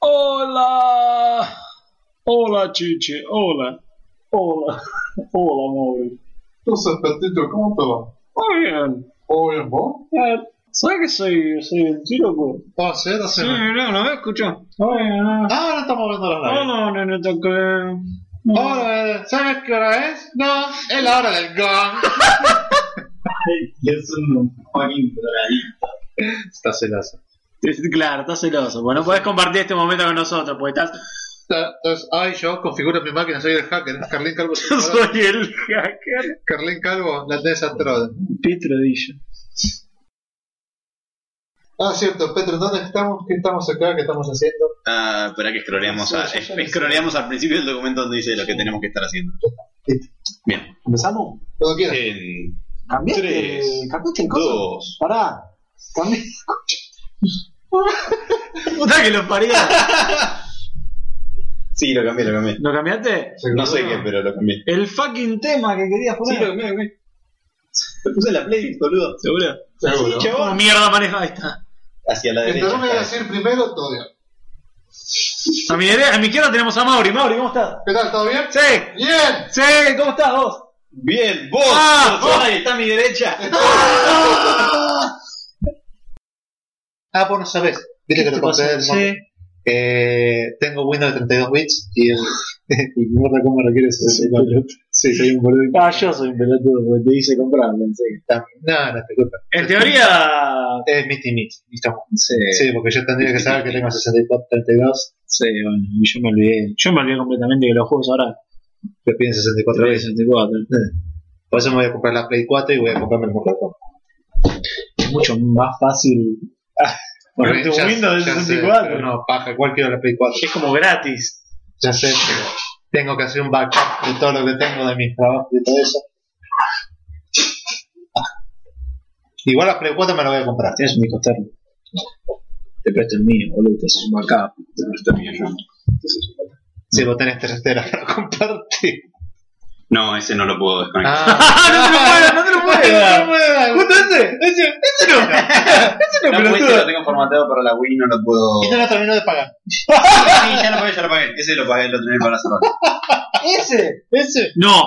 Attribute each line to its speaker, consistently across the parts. Speaker 1: Hola, hola Chiche, hola, hola, hola Mauri.
Speaker 2: Entonces, Patito, Pues, ¿cómo te va?
Speaker 1: Muy bien,
Speaker 2: ¿Todo bien vos?
Speaker 1: eh, ¿sabes que soy, soy el tío?
Speaker 2: Ah, sí, era
Speaker 1: Sí,
Speaker 2: así.
Speaker 3: Mm.
Speaker 1: no, no me escuchó. Oye, no,
Speaker 2: Ah, no estamos viendo las
Speaker 1: no,
Speaker 2: live.
Speaker 1: no, no, no, toqué. no,
Speaker 2: Hola, eh, ¿sabes qué hora es? No, es la hora del gong.
Speaker 3: Es un fucking drogadicto.
Speaker 2: Está celosa.
Speaker 3: Claro, estás celoso. Bueno, no podés compartir este momento con nosotros porque estás.
Speaker 2: Está- Entonces, ay, yo configuro mi máquina, soy el hacker. Carlín Calvo,
Speaker 3: Yo soy el hacker.
Speaker 2: Carlín Calvo, la tenés a Trod.
Speaker 3: Petro Dillo.
Speaker 2: Ah, cierto, Petro, ¿dónde estamos? ¿Qué estamos acá? ¿Qué estamos haciendo?
Speaker 4: Ah, espera que scrolleamos, a-
Speaker 2: Sí, sí, sí.
Speaker 4: scrolleamos al principio del documento donde dice lo que tenemos que estar haciendo.
Speaker 2: Listo.
Speaker 4: Bien.
Speaker 5: ¿Empezamos?
Speaker 2: Cuando quieras.
Speaker 4: En
Speaker 5: ¿Cambiaste?
Speaker 4: Tres,
Speaker 5: ¿Cambiaste en cosas?
Speaker 4: dos.
Speaker 5: Pará. Cambi...
Speaker 3: Puta que lo parió.
Speaker 4: Sí, lo cambié, lo cambié.
Speaker 3: ¿Lo cambiaste?
Speaker 4: No sé qué, pero lo cambié.
Speaker 3: El fucking tema que querías poner.
Speaker 4: cambié, lo cambié. Puse la playlist, boludo. ¿Seguro?
Speaker 2: Seguro.
Speaker 3: ¿Cómo mierda maneja? Ahí está.
Speaker 4: Hacia la derecha.
Speaker 2: Entonces me voy a decir primero todo bien.
Speaker 3: A mi, dere- a mi izquierda tenemos a Mauri. Mauri, ¿cómo estás?
Speaker 2: ¿Qué tal? ¿Todo bien?
Speaker 3: Sí,
Speaker 2: ¡Bien!
Speaker 3: sí, ¿cómo estás vos?
Speaker 4: Bien, vos.
Speaker 3: Ah,
Speaker 4: vos. Ahí está a mi derecha.
Speaker 2: Ah, vos no sabés. Dile que te
Speaker 3: pasó?
Speaker 2: conté el
Speaker 3: Sí.
Speaker 2: Eh, tengo Windows de 32 bits y el, el Mortal Kombat requiere 64. Sí, soy un boludo.
Speaker 3: Ah, yo soy un pelotudo porque te hice comprar, pensé.
Speaker 2: No, no te culpa.
Speaker 3: En teoría.
Speaker 2: Es Mitty Mitty. y estamos-
Speaker 3: Sí,
Speaker 2: Sí, porque yo tendría que saber que tengo 64, 32.
Speaker 3: sí, bueno, y yo me olvidé. Yo me olvidé completamente que los juegos ahora.
Speaker 2: Te piden 64
Speaker 3: Otra vez,
Speaker 2: veces.
Speaker 3: 64.
Speaker 2: Eh. Por eso me voy a comprar la Play 4 y voy a comprarme el Mortal Kombat.
Speaker 3: Es mucho más fácil. Poner tu
Speaker 2: Eh, Ya-
Speaker 3: este Windows
Speaker 2: ya
Speaker 3: del
Speaker 2: sé,
Speaker 3: 64.
Speaker 2: pero no, paja, igual quiero la Play 4.
Speaker 3: Es como gratis.
Speaker 2: Ya sé, pero tengo que hacer un backup de todo lo que tengo, de mis trabajos y todo eso. Ah. Igual la Play 4 me la voy a comprar.
Speaker 3: Tienes un disco externo. Te presto el mío, boludo. Te haces un backup. Te presto el mío yo.
Speaker 2: Si vos tenés tres teras para compartir.
Speaker 4: No, ese no lo puedo desconectar.
Speaker 2: Ah,
Speaker 3: no te lo
Speaker 2: no, no, no, no, no.
Speaker 3: ese! ¡Ese, ese no! ¡Ese
Speaker 4: No, pues, ese lo tengo formateado para la Wii, no lo puedo.
Speaker 2: Y Este no la terminó de pagar.
Speaker 4: Sí, ya lo pagué, ya lo pagué. Ese lo pagué, lo tenía para hacer
Speaker 3: ¡Ese!
Speaker 2: Ese.
Speaker 3: No,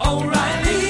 Speaker 6: oh, O'Reilly.